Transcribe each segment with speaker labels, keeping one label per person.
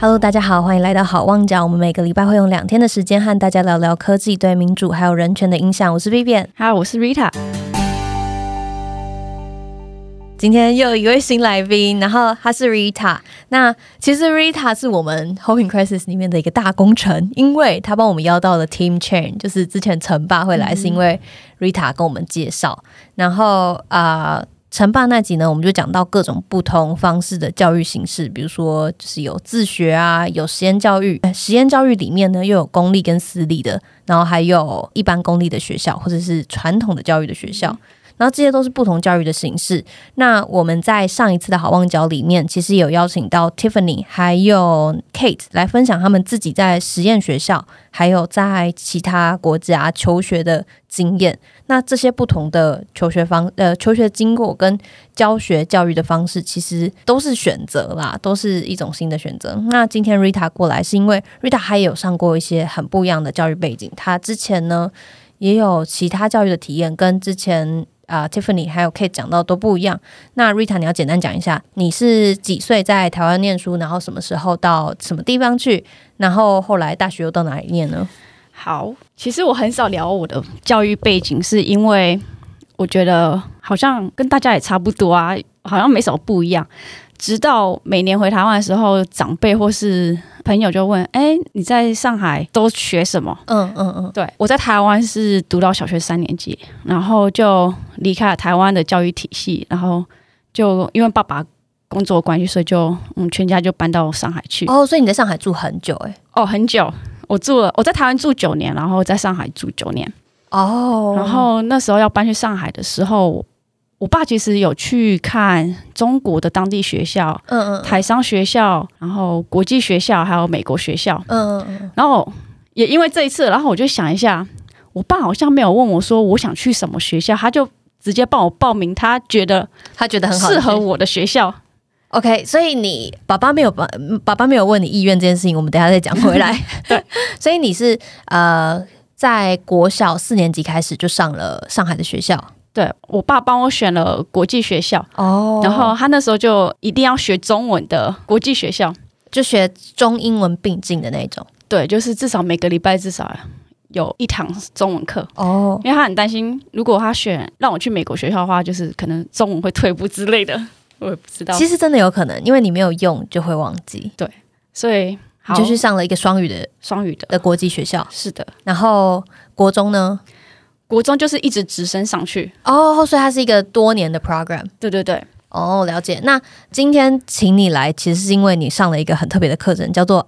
Speaker 1: Hello，大家好，欢迎来到好望角。我们每个礼拜会用两天的时间和大家聊聊科技对民主还有人权的影响。我是 Vivian，
Speaker 2: 嗨，我是 Rita。
Speaker 1: 今天又有一位新来宾，然后他是 Rita。那其实 Rita 是我们 Hoping Crisis 里面的一个大工程，因为他帮我们邀到了 Team Chain，就是之前陈爸会来，是因为 Rita 跟我们介绍。然后啊。呃陈爸那集呢，我们就讲到各种不同方式的教育形式，比如说就是有自学啊，有实验教育，呃实验教育里面呢又有公立跟私立的，然后还有一般公立的学校或者是传统的教育的学校，然后这些都是不同教育的形式。那我们在上一次的好望角里面，其实有邀请到 Tiffany 还有 Kate 来分享他们自己在实验学校还有在其他国家求学的经验。那这些不同的求学方呃求学经过跟教学教育的方式，其实都是选择啦，都是一种新的选择。那今天 Rita 过来是因为 Rita 她也有上过一些很不一样的教育背景，她之前呢也有其他教育的体验，跟之前啊、Tiffany 还有 Kate 讲到都不一样。那 Rita 你要简单讲一下，你是几岁在台湾念书，然后什么时候到什么地方去，然后后来大学又到哪里念呢？
Speaker 2: 好，其实我很少聊我的教育背景，是因为我觉得好像跟大家也差不多啊，好像没什么不一样。直到每年回台湾的时候，长辈或是朋友就问：“哎、你在上海都学什么？”
Speaker 1: 嗯嗯嗯，
Speaker 2: 对，我在台湾是读到小学三年级，然后就离开了台湾的教育体系，然后就因为爸爸工作的关系，所以就嗯，全家就搬到上海去。
Speaker 1: 哦，所以你在上海住很久欸诶、
Speaker 2: 哦，很久，我住了，我在台湾住九年，然后在上海住九年。
Speaker 1: 哦，
Speaker 2: 然后那时候要搬去上海的时候，我我爸其实有去看中国的当地学校、
Speaker 1: 嗯嗯嗯
Speaker 2: 台商学校，然后国际学校，还有美国学校。
Speaker 1: 嗯嗯嗯
Speaker 2: 然后也因为这一次，然后我就想一下，我爸好像没有问我说我想去什么学校，他就直接帮我报名他觉得
Speaker 1: 他觉得很好，
Speaker 2: 适合。我的学校。
Speaker 1: OK，所以你爸爸没有爸爸爸没有问你意愿这件事情，我们等一下再讲回来。
Speaker 2: 对，
Speaker 1: 所以你是呃在国小四年级开始就上了上海的学校
Speaker 2: 对我爸帮我选了国际学校，
Speaker 1: 哦
Speaker 2: 然后他那时候就一定要学中文的国际学校，
Speaker 1: 就学中英文并进的那种
Speaker 2: 对，就是至少每个礼拜至少有一堂中文课，
Speaker 1: 哦。
Speaker 2: 因为他很担心，如果他选让我去美国学校的话，就是可能中文会退步之类的，我也不知道。
Speaker 1: 其实真的有可能，因为你没有用就会忘记，
Speaker 2: 所以好
Speaker 1: 你就去上了一个双语的
Speaker 2: 双语的，
Speaker 1: 的国际学校，
Speaker 2: 是的，
Speaker 1: 然后国中呢，
Speaker 2: 国中就是一直直升上去，
Speaker 1: 哦，所以它是一个多年的 program。
Speaker 2: 对对对，
Speaker 1: 哦，了解。那今天请你来，其实是因为你上了一个很特别的课程，叫做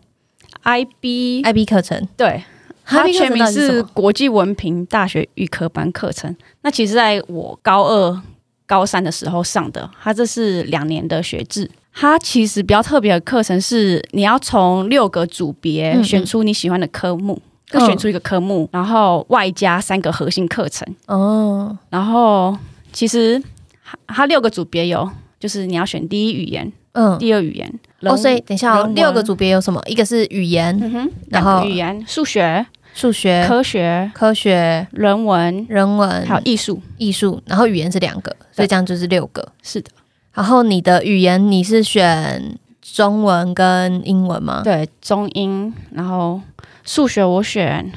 Speaker 2: IB
Speaker 1: IB 课程。
Speaker 2: 对，它
Speaker 1: IB 课
Speaker 2: 全
Speaker 1: 程
Speaker 2: 名
Speaker 1: 到底是
Speaker 2: 是
Speaker 1: 什么
Speaker 2: 国际文凭大学预科班课程。那其实在我高二、高三的时候上的，它这是两年的学制。它其实比较特别的课程是，你要从六个组
Speaker 1: 嗯
Speaker 2: 别
Speaker 1: 嗯
Speaker 2: 选出你喜欢的科目，各
Speaker 1: 嗯
Speaker 2: 选出一个科目，然后外加三个核心课程。
Speaker 1: 哦，
Speaker 2: 然后其实它它六个组别有，就是你要选第一语言、
Speaker 1: 嗯，
Speaker 2: 第二语言。
Speaker 1: 哦，所以等一下、
Speaker 2: 人
Speaker 1: 哦，
Speaker 2: 文
Speaker 1: 六个组别有什么？一个是语言、
Speaker 2: 嗯哼，
Speaker 1: 然
Speaker 2: 两
Speaker 1: 后
Speaker 2: 个语言、数学、
Speaker 1: 数学、
Speaker 2: 科学、
Speaker 1: 科学、
Speaker 2: 人文，
Speaker 1: 人文、
Speaker 2: 还有艺术。
Speaker 1: 艺术，然后语言是两个，所以这样就是六个。
Speaker 2: 是的，
Speaker 1: 然后你的语言你是选中文跟英文吗？
Speaker 2: 对，中英，然后数学我选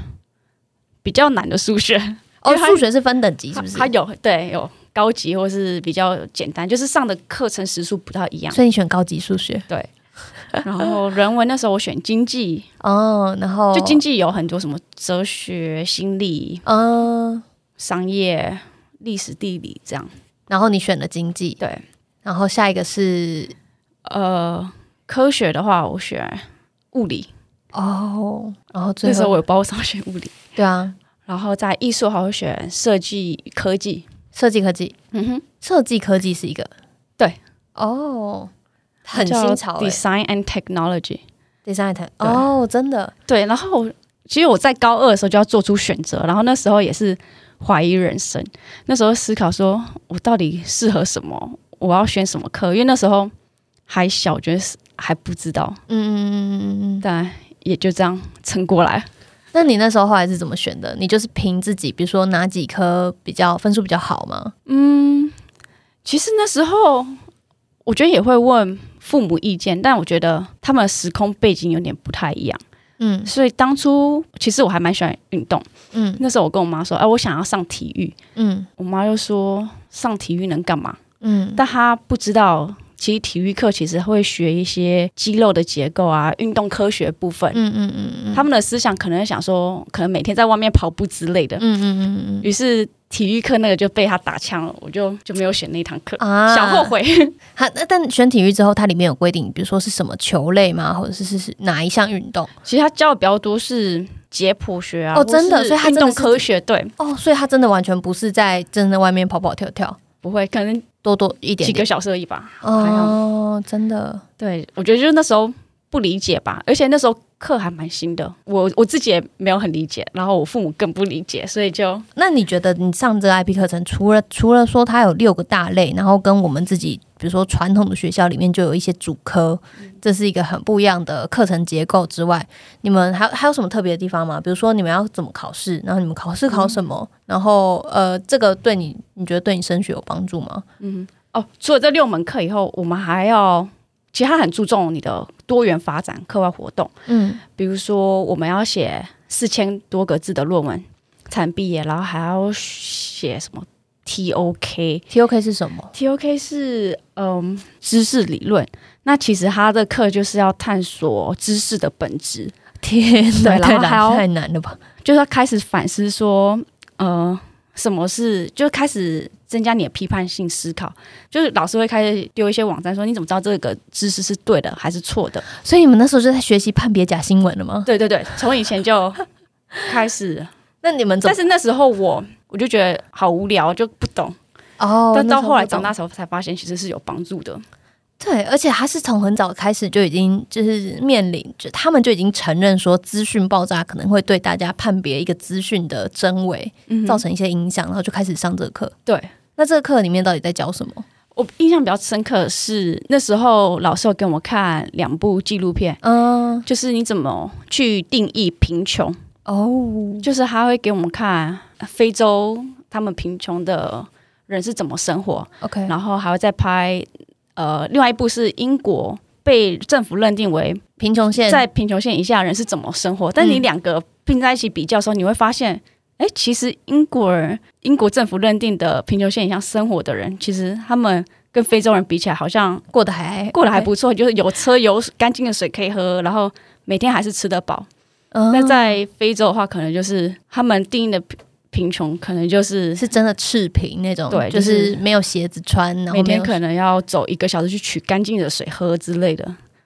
Speaker 2: 比较难的数学，因
Speaker 1: 哦，
Speaker 2: 为它
Speaker 1: 数学是分等级是不是
Speaker 2: 它？它有对有高级或是比较简单，就是上的课程时数不太一 样。
Speaker 1: 所以你选高级数学
Speaker 2: 然后人文那时候我选经济，
Speaker 1: 哦，然后
Speaker 2: 就经济有很多什么哲学、心理、
Speaker 1: 嗯、
Speaker 2: 商业、历史、地理这样。
Speaker 1: 然后你选了经济，
Speaker 2: 对，
Speaker 1: 然后下一个是
Speaker 2: 呃，科学的话我选物理，
Speaker 1: 哦，然后
Speaker 2: 那
Speaker 1: 最
Speaker 2: 时候
Speaker 1: 后
Speaker 2: 我也不知道为什么选物理。
Speaker 1: 对啊，
Speaker 2: 然后在艺术的话我选设计与科技。
Speaker 1: 设计科技，
Speaker 2: 嗯哼。
Speaker 1: 设计科技是一个
Speaker 2: 对
Speaker 1: 哦，很
Speaker 2: 叫
Speaker 1: 新潮欸
Speaker 2: Design and Technology。
Speaker 1: design 哦，真的
Speaker 2: 对，然后其实我在高二的时候就要做出选择，然后那时候也是怀疑人生，那时候思考说我到底适合什么，我要选什么课，因为那时候还小，我觉得是还不知道，
Speaker 1: 嗯嗯嗯嗯嗯嗯。
Speaker 2: 但也就这样撑过来。
Speaker 1: 那你那时候后来是怎么选的？你就是凭自己，比如说哪几科比较分数比较好吗？
Speaker 2: 嗯，其实那时候我觉得也会问父母意见，但我觉得他们的时空背景有点不太一样，
Speaker 1: 嗯
Speaker 2: 所以当初其实我还蛮喜欢运动。
Speaker 1: 嗯
Speaker 2: 那时候我跟我妈说，哎、我想要上体育，
Speaker 1: 嗯
Speaker 2: 我妈就说上体育能干嘛？
Speaker 1: 嗯，
Speaker 2: 但她不知道，其实体育课其实会学一些肌肉的结构啊，运动科学部分。
Speaker 1: 嗯嗯嗯嗯，
Speaker 2: 他们的思想可能想说，可能每天在外面跑步之类的。
Speaker 1: 嗯嗯嗯嗯
Speaker 2: 于是体育课那个就被他打枪了，我就就没有选那堂课，
Speaker 1: 嗯啊
Speaker 2: 小后。 悔。
Speaker 1: 他那但选体育之后，它里面有规定，比如说是什么球类吗，或者是是是哪一项运动？
Speaker 2: 其实他教的比较多是解剖学啊，
Speaker 1: 哦真的
Speaker 2: 或是
Speaker 1: 所以他
Speaker 2: 运
Speaker 1: 真的
Speaker 2: 动
Speaker 1: 是
Speaker 2: 科学对，
Speaker 1: 哦，所以他真的完全不是在真的外面跑跑跳跳，
Speaker 2: 不会可能
Speaker 1: 多多一点
Speaker 2: 几个
Speaker 1: 点
Speaker 2: 小时而已吧。还
Speaker 1: 哦，真的，
Speaker 2: 对，我觉得就是那时候不理解吧，而且那时候课还蛮新的，我我自己也没有很理解，然后我父母更不理解，所以就
Speaker 1: 那你觉得你上这个 IP 课程，除了除了说它有六个大类，然后跟我们自己比如说传统的学校里面就有一些主科，这是一个很不一样的课程结构之外，你们还有还有什么特别的地方吗？比如说你们要怎么考试，然后你们考试考什么，然后呃，这个对你你觉得对你升学有帮助吗？
Speaker 2: 哦，除了这六门课以后，我们还要。其实他很注重你的多元发展、课外活动，
Speaker 1: 嗯
Speaker 2: 比如说我们要写四千多个字的论文才能毕业，然后还要写什么 TOK，
Speaker 1: ，TOK 是什 么？
Speaker 2: TOK 是嗯知识理论，那其实他的课就是要探索知识的本质，
Speaker 1: 天哪，
Speaker 2: 对然
Speaker 1: 太
Speaker 2: 后还
Speaker 1: 难
Speaker 2: 要
Speaker 1: 太难了吧？
Speaker 2: 就是要开始反思说，呃，什么是，就开始增加你的批判性思考，就是老师会开始丢一些网站说，你怎么知道这个知识是对的还是错的？
Speaker 1: 所以你们那时候就在学习判别假新闻了吗？
Speaker 2: 对对对，从以前就开始，
Speaker 1: 那 你们怎
Speaker 2: 但
Speaker 1: 么？
Speaker 2: 是那时候我我就觉得好无聊，就不懂，
Speaker 1: 哦
Speaker 2: 但
Speaker 1: 那时
Speaker 2: 到
Speaker 1: 候
Speaker 2: 后来
Speaker 1: 不懂
Speaker 2: 长大时候才发现其实是有帮助的，
Speaker 1: 对，而且他是从很早开始就已经就是面临，就他们就已经承认说资讯爆炸可能会对大家判别一个资讯的真伪
Speaker 2: 嗯
Speaker 1: 造成一些影响，然后就开始上这个课。
Speaker 2: 对。
Speaker 1: 那这个课里面到底在教什么？
Speaker 2: 我印象比较深刻的是那时候老师有给我们看两部纪录片，
Speaker 1: 嗯，
Speaker 2: 就是你怎么去定义贫穷，
Speaker 1: 哦，
Speaker 2: 就是他会给我们看非洲他们贫穷的人是怎么生活，
Speaker 1: ，OK，
Speaker 2: 然后还会再拍呃另外一部是英国。被政府认定为
Speaker 1: 贫穷线
Speaker 2: 在贫穷线以下的人是怎么生活，但你两个并在一起比较的时候，你会发现，哎、其实英国人、英国政府认定的贫穷线以下生活的人，其实他们跟非洲人比起来，好像
Speaker 1: 过得还
Speaker 2: 过得还，不错，就是有车有干净的水可以喝，然后每天还是吃得饱。
Speaker 1: 嗯
Speaker 2: 那在非洲的话，可能就是他们定义的贫贫穷，可能就是
Speaker 1: 是真的赤贫那种，
Speaker 2: 对
Speaker 1: 就
Speaker 2: 就是
Speaker 1: 是没有鞋子穿，然后
Speaker 2: 每
Speaker 1: 没
Speaker 2: 天
Speaker 1: 有
Speaker 2: 可能要走一个小时去取干净的水喝之类的，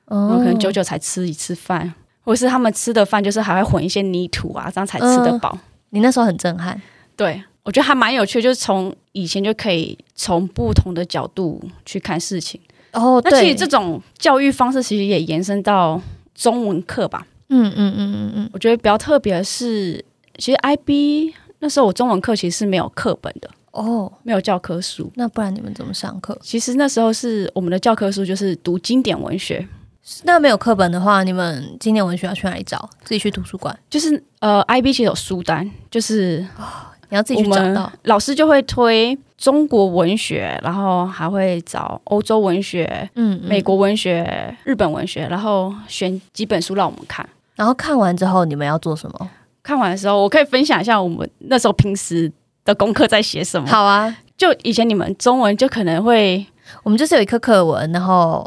Speaker 2: 然后
Speaker 1: 哦
Speaker 2: 可能久久才吃一次饭，或是他们吃的饭就是还会混一些泥土啊，这样才吃得饱。
Speaker 1: 你那时候很震撼，
Speaker 2: 对我觉得还蛮有趣的，就是从以前就可以从不同的角度去看事情。
Speaker 1: 哦，
Speaker 2: 那其
Speaker 1: 对
Speaker 2: 实这种教育方式其实也延伸到中文课吧。
Speaker 1: 嗯嗯嗯嗯嗯，
Speaker 2: 我觉得比较特别的是，其实 IB 那时候我中文课其实是没有课本的，
Speaker 1: 哦，
Speaker 2: 没有教科书。
Speaker 1: 那不然你们怎么上课？
Speaker 2: 其实那时候是我们的教科书就是读经典文学，
Speaker 1: 那没有课本的话，你们经典文学要去哪里找？自己去图书馆，
Speaker 2: 就是呃 IB 其实有书单，就是
Speaker 1: 你要自己
Speaker 2: 我
Speaker 1: 去找
Speaker 2: 们
Speaker 1: 到。
Speaker 2: 老师就会推中国文学，然后还会找欧洲文学。
Speaker 1: 嗯，嗯
Speaker 2: 美。国文学、日本文学，然后选几本书让我们看。
Speaker 1: 然后看完之后，你们要做什么？
Speaker 2: 看完的时候，我可以分享一下我们那时候平时的功课在写什么。，
Speaker 1: 好啊，
Speaker 2: 就以前你们中文就可能会
Speaker 1: 我们就是有一课课文，然后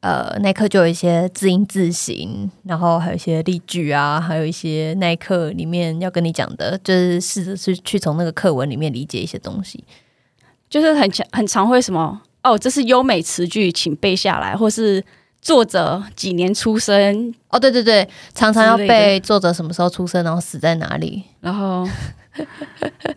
Speaker 1: 呃，那一课就有一些字音字形，然后还有一些例句啊，还有一些那一课里面要跟你讲的，就是试着去去从那个课文里面理解一些东西。
Speaker 2: 就是很常很常会什么哦，这是优美词句，请背下来，或是作者几年出生，
Speaker 1: 哦，对对对，常常要
Speaker 2: 之类
Speaker 1: 背作者什么时候出生，然后死在哪里。
Speaker 2: 然后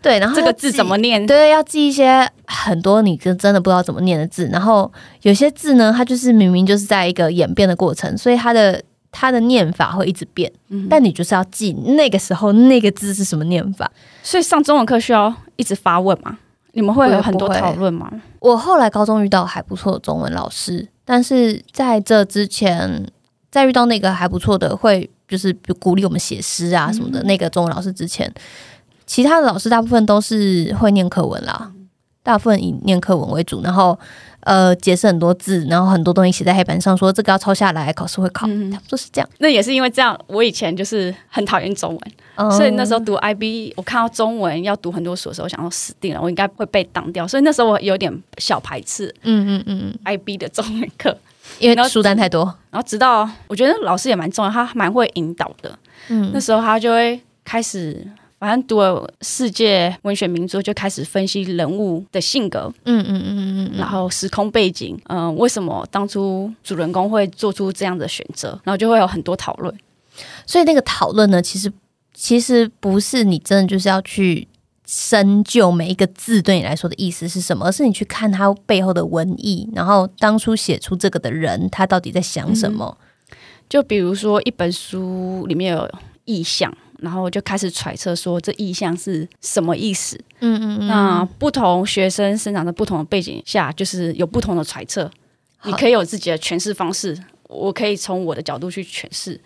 Speaker 1: 对，然后
Speaker 2: 这个
Speaker 1: 要
Speaker 2: 字
Speaker 1: 记
Speaker 2: 怎么念？
Speaker 1: 对，要记一些很多你真真的不知道怎么念的字，然后有些字呢，它就是明明就是在一个演变的过程，所以它的它的念法会一直变，
Speaker 2: 嗯
Speaker 1: 但你就是要记那个时候那个字是什么念法。
Speaker 2: 所以上中文课需要一直发问嘛？你们会有很多
Speaker 1: 不会
Speaker 2: 讨论吗？
Speaker 1: 我后来高中遇到还不错的中文老师，但是在这之前，在遇到那个还不错的会就是鼓励我们写诗啊
Speaker 2: 嗯嗯
Speaker 1: 什么的、那个中文老师之前，其他的老师大部分都是会念课文啦。大部分以念课文为主，然后呃解释很多字，然后很多东西写在黑板上，说这个要抄下来，考试会考，
Speaker 2: 嗯
Speaker 1: 差不多是这样。
Speaker 2: 那也是因为这样，我以前就是很讨厌中文，
Speaker 1: 嗯
Speaker 2: 所以那时候读 IB，我看到中文要读很多所的时候，我想说死定了，我应该会被挡掉，所以那时候我有点小排斥
Speaker 1: 嗯嗯嗯，嗯
Speaker 2: IB 的中文课。
Speaker 1: 嗯因
Speaker 2: 然
Speaker 1: 为
Speaker 2: 后
Speaker 1: 书单太多，
Speaker 2: 然后直到我觉得老师也蛮重要，他蛮会引导的。
Speaker 1: 嗯
Speaker 2: 那时候他就会开始，反正读了世界文学名著，就开始分析人物的性格，
Speaker 1: 嗯嗯嗯嗯嗯
Speaker 2: 然后时空背景，嗯、为什么当初主人公会做出这样的选择，然后就会有很多讨论。
Speaker 1: 嗯，所以那个讨论呢，其实其实不是你真的就是要去。深究每一个字对你来说的意思是什么，而是你去看它背后的文意，然后当初写出这个的人他到底在想什么。
Speaker 2: 就比如说一本书里面有意象，然后我就开始揣测说这意象是什么意思。
Speaker 1: 嗯嗯嗯，
Speaker 2: 那不同学生生长在不同的背景下，就是有不同的揣测，你可以有自己的诠释方式。我可以从我的角度去诠释，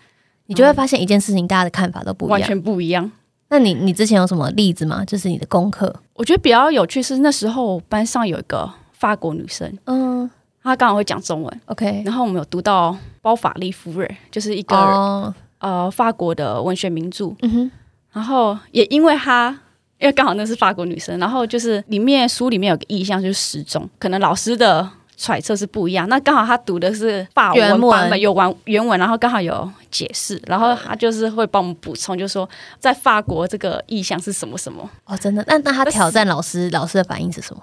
Speaker 1: 你就会发现一件事情，大家的看法都不一
Speaker 2: 完
Speaker 1: 样。
Speaker 2: 全不一样。
Speaker 1: 那你你之前有什么例子吗？就是你的功课，
Speaker 2: 我觉得比较有趣是那时候班上有一个法国女生，
Speaker 1: 嗯
Speaker 2: 她刚好会讲中文，
Speaker 1: ，OK，
Speaker 2: 然后我们有读到包法利夫人，就是一个、
Speaker 1: 哦，
Speaker 2: 呃法国的文学名著，
Speaker 1: 嗯哼，
Speaker 2: 然后也因为她。因为刚好那是法国女生，然后就是里面书里面有个意象就是时钟，可能老师的揣测是不一样。那刚好她读的是法文
Speaker 1: 原文
Speaker 2: 版本，有完原文，然后刚好有解释，然后她就是会帮我们补充，就说在法国这个意象是什么什么。
Speaker 1: 哦，真的，那那他挑战老师，老师的反应是什么？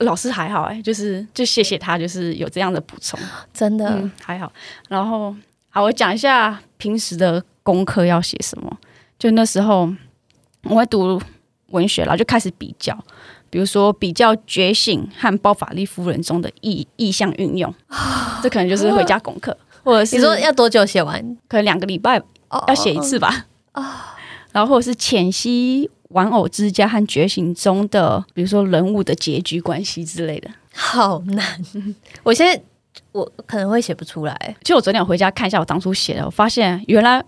Speaker 2: 老师还好哎、就是就谢谢他，就是有这样的补充，
Speaker 1: 真的，
Speaker 2: 嗯，还好。然后好，我讲一下平时的功课要写什么。就那时候我会读文学啦，然后就开始比较，比如说比较觉醒和包法利夫人中的意意向运用，这可能就是回家功课， 或者是
Speaker 1: 你说要多久写完？
Speaker 2: 可能两个礼拜
Speaker 1: 哦
Speaker 2: 要写一次吧。然后或者是浅析玩偶之家和觉醒中的，比如说人物的结局关系之类的。
Speaker 1: 好难。 我现在我可能会写不出来。
Speaker 2: 其实我昨天有回家看一下我当初写的，我发现原来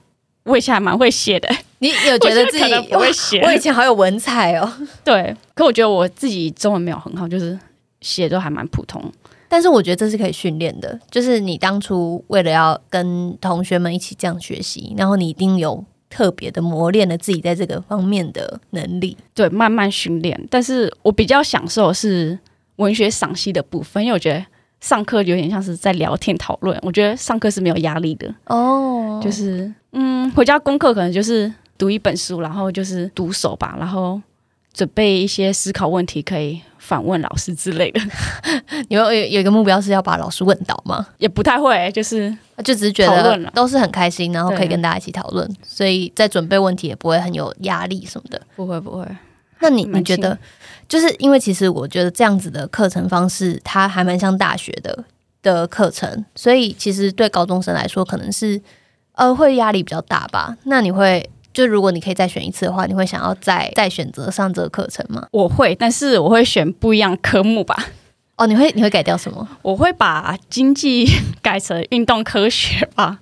Speaker 2: 我以前还蛮会写的，
Speaker 1: 你有 觉得自
Speaker 2: 我现在可能
Speaker 1: 己
Speaker 2: 不会写
Speaker 1: 哇我以前好有文采哦，
Speaker 2: 对。可我觉得我自己中文没有很好，就是写都还蛮普通。
Speaker 1: 但是我觉得这是可以训练的，就是你当初为了要跟同学们一起这样学习，然后你一定有特别的磨练了自己在这个方面的能力。
Speaker 2: 对，慢慢训练。但是我比较享受的是文学赏析的部分，因为我觉得上课有点像是在聊天讨论，我觉得上课是没有压力的。
Speaker 1: 哦
Speaker 2: 就
Speaker 1: 就是
Speaker 2: 是嗯，回家功课可能就是读一本书，然后就是读手吧，然后准备一些思考问题，可以反问老师之类的。
Speaker 1: 有有有一个目标是要把老师问倒吗？
Speaker 2: 也不太会，就是
Speaker 1: 就只是觉
Speaker 2: 讨
Speaker 1: 得
Speaker 2: 论啦
Speaker 1: 都是很开心，然后可以
Speaker 2: 对
Speaker 1: 跟大家一起讨论，所以在准备问题也不会很有压力什么的。
Speaker 2: 不会不会。
Speaker 1: 那你
Speaker 2: 蛮
Speaker 1: 你觉
Speaker 2: 幸
Speaker 1: 得，就是因为其实我觉得这样子的课程方式，它还蛮像大学的的课程，所以其实对高中生来说，可能是呃会压力比较大吧。那你会就如果你可以再选一次的话，你会想要再再选择上这个课程吗？
Speaker 2: 我会，但是我会选不一样科目吧。
Speaker 1: 哦，你会你会改掉什么？
Speaker 2: 我会把经济改成运动科学吧，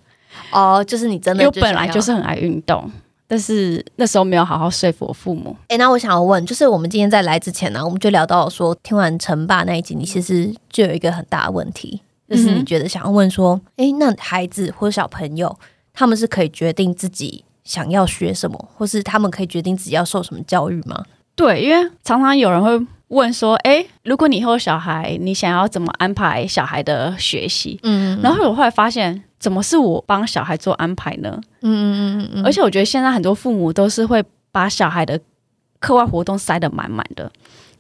Speaker 1: 哦，就是你真
Speaker 2: 因
Speaker 1: 的
Speaker 2: 为我
Speaker 1: 就
Speaker 2: 本
Speaker 1: 想
Speaker 2: 来
Speaker 1: 要
Speaker 2: 就是很爱运动，但是那时候没有好好说服我父母。
Speaker 1: 哎、那我想要问，就是我们今天在来之前呢、我们就聊到说，听完陈爸那一集，你其实就有一个很大的问题，就是
Speaker 2: 嗯
Speaker 1: 你
Speaker 2: 哼
Speaker 1: 觉得想要问说，哎、那孩子或小朋友，他们是可以决定自己想要学什么，或是他们可以决定自己要受什么教育吗？
Speaker 2: 对，因为常常有人会问说：“诶，如果你以后有小孩，你想要怎么安排小孩的学习？”
Speaker 1: 嗯
Speaker 2: 然后我后来发现，怎么是我帮小孩做安排呢？
Speaker 1: 嗯嗯嗯
Speaker 2: 而且我觉得现在很多父母都是会把小孩的课外活动塞得满满的，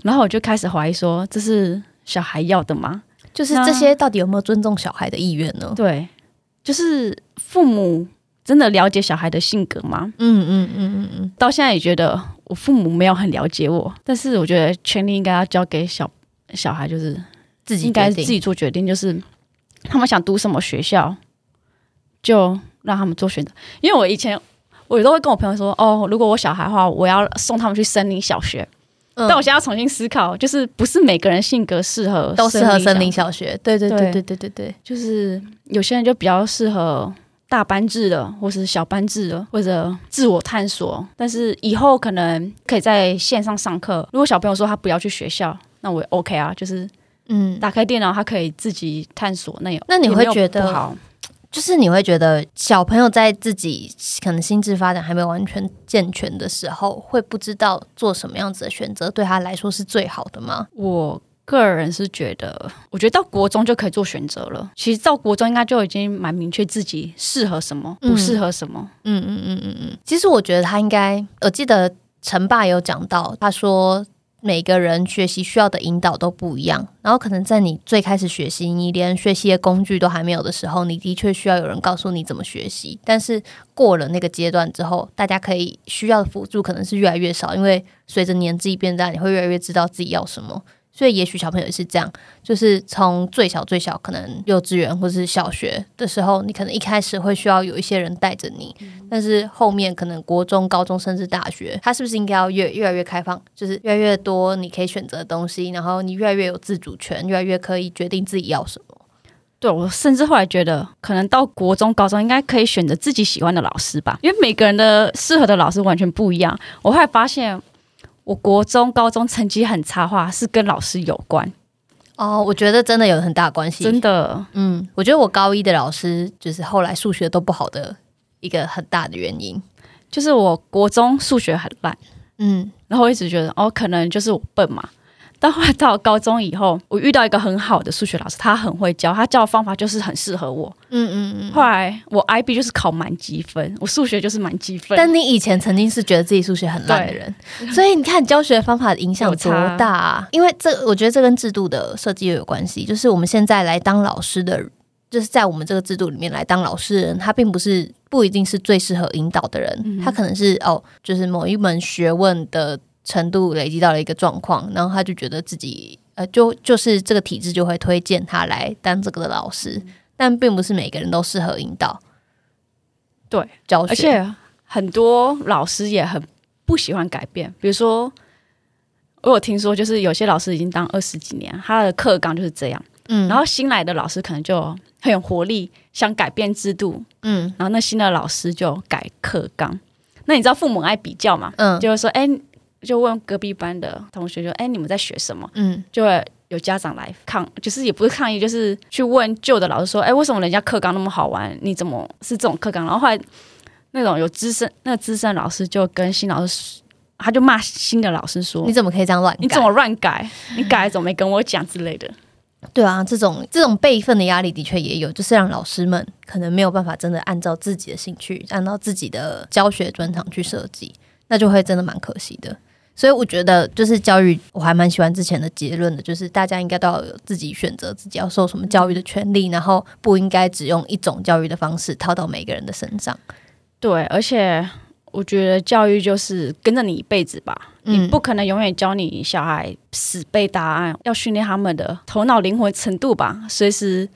Speaker 2: 然后我就开始怀疑说，这是小孩要的吗？
Speaker 1: 就是这些到底有没有尊重小孩的意愿呢？
Speaker 2: 对，就是父母真的了解小孩的性格吗？
Speaker 1: 嗯嗯嗯嗯嗯，
Speaker 2: 到现在也觉得我父母没有很了解我，但是我觉得权利应该要交给小小孩，就是
Speaker 1: 自己
Speaker 2: 应该
Speaker 1: 决
Speaker 2: 自
Speaker 1: 定。
Speaker 2: 己做决定，就是他们想读什么学校，就让他们做选择。因为我以前我都会跟我朋友说，哦，如果我小孩的话，我要送他们去森林小学。
Speaker 1: 嗯
Speaker 2: 但我现在要重新思考，就是不是每个人性格适合
Speaker 1: 都适合森
Speaker 2: 小
Speaker 1: 林小学，对对对
Speaker 2: 对
Speaker 1: 对对对对，
Speaker 2: 就是有些人就比较适合大班制的，或是小班制的，或者自我探索。但是以后可能可以在线上上课。如果小朋友说他不要去学校，那我也 OK 啊，就是
Speaker 1: 嗯，
Speaker 2: 打开电脑，他可以自己探索，那也
Speaker 1: 那你
Speaker 2: 也
Speaker 1: 会
Speaker 2: 没有
Speaker 1: 觉得
Speaker 2: 不好？
Speaker 1: 就是你会觉得小朋友在自己可能心智发展还没有完全健全的时候，会不知道做什么样子的选择对他来说是最好的吗？
Speaker 2: 我个人是觉得，我觉得到国中就可以做选择了。其实到国中应该就已经蛮明确自己适合什么，
Speaker 1: 嗯
Speaker 2: 不适合什么。
Speaker 1: 嗯嗯嗯嗯嗯。其实我觉得他应该，我记得陈爸有讲到，他说每个人学习需要的引导都不一样，然后可能在你最开始学习，你连学习的工具都还没有的时候，你的确需要有人告诉你怎么学习。但是过了那个阶段之后，大家可以需要的辅助可能是越来越少，因为随着年纪变大，你会越来越知道自己要什么。所以，也许小朋友也是这样，就是从最小最小，可能幼稚园或是小学的时候，你可能一开始会需要有一些人带着你，但是后面可能国中、高中甚至大学，它是不是应该要越越来越开放？就是越来越多你可以选择的东西，然后你越来越有自主权，越来越可以决定自己要什么。
Speaker 2: 对我甚至后来觉得，可能到国中、高中应该可以选择自己喜欢的老师吧，因为每个人的适合的老师完全不一样。我后来发现，我国中、高中成绩很差的话，是跟老师有关，
Speaker 1: 哦，我觉得真的有很大关系。
Speaker 2: 真的。
Speaker 1: 嗯，我觉得我高一的老师就是后来数学都不好的一个很大的原因。
Speaker 2: 就是我国中数学很烂，
Speaker 1: 嗯，
Speaker 2: 然后我一直觉得哦，可能就是我笨嘛。但后来到高中以后，我遇到一个很好的数学老师，他很会教，他教的方法就是很适合我。
Speaker 1: 嗯嗯嗯。
Speaker 2: 后来我 IB 就是考满积分，我数学就是满积分。
Speaker 1: 但你以前曾经是觉得自己数学很烂的人，所以你看教学方法的影响多
Speaker 2: 有
Speaker 1: 大、啊？因为这，我觉得这跟制度的设计也有关系。就是我们现在来当老师的，就是在我们这个制度里面来当老师的人，他并不是不一定是最适合引导的人，
Speaker 2: 嗯
Speaker 1: 他可能是哦，就是某一门学问的程度累积到了一个状况，然后他就觉得自己呃，就就是这个体制就会推荐他来当这个的老师，
Speaker 2: 嗯
Speaker 1: 但并不是每个人都适合引导。
Speaker 2: 对
Speaker 1: 教学，
Speaker 2: 而且很多老师也很不喜欢改变，比如说，我有听说，就是有些老师已经当二十几年，他的课纲就是这样。
Speaker 1: 嗯，
Speaker 2: 然后新来的老师可能就很有活力，想改变制度，
Speaker 1: 嗯
Speaker 2: 然后那新的老师就改课纲。那你知道父母很爱比较嘛？
Speaker 1: 嗯
Speaker 2: 就是说，哎、就问隔壁班的同学就，哎，你们在学什么？
Speaker 1: 嗯
Speaker 2: 就会有家长来抗，就是也不是抗议，就是去问旧的老师说，哎，为什么人家课纲那么好玩，你怎么是这种课纲？然后后来那种有资深那个资深老师就跟新老师，他就骂新的老师说
Speaker 1: 你，怎么可以这样乱改？
Speaker 2: 你怎么乱改？你改了怎么没跟我讲之类的？
Speaker 1: 对啊，这种这种备份的压力的确也有，就是让老师们可能没有办法真的按照自己的兴趣，按照自己的教学专长去设计，那就会真的蛮可惜的。所以我觉得，就是教育，我还蛮喜欢之前的结论的，就是大家应该都要有自己选择自己要受什么教育的权利，然后不应该只用一种教育的方式套到每个人的身上。
Speaker 2: 对，而且我觉得教育就是跟着你一辈子吧，
Speaker 1: 嗯
Speaker 2: 你不可能永远教你小孩死背答案，要训练他们的头脑灵活程度吧，随时。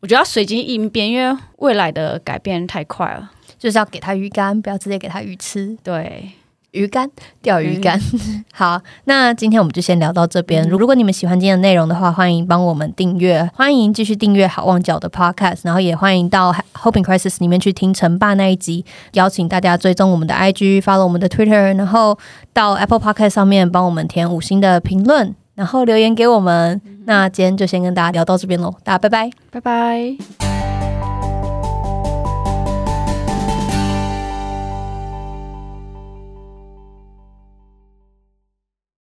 Speaker 2: 我觉得要随机应变，因为未来的改变太快了。
Speaker 1: 就是要给他鱼竿，不要直接给他鱼吃。
Speaker 2: 对，
Speaker 1: 鱼竿，钓鱼竿。 好，那今天我们就先聊到这边。如如果你们喜欢今天的内容的话，欢迎帮我们订阅，欢迎继续订阅好望角的 Podcast，然后也欢迎到 Hoping Crisis 里面去听陈爸那一集。邀请大家追踪我们的 IG，follow 我们的 Twitter，然后到 Apple Podcast 上面帮我们填五星的评论，然后留言给我们。那今天就先跟大家聊到这边喽，大家拜拜。
Speaker 2: 拜拜。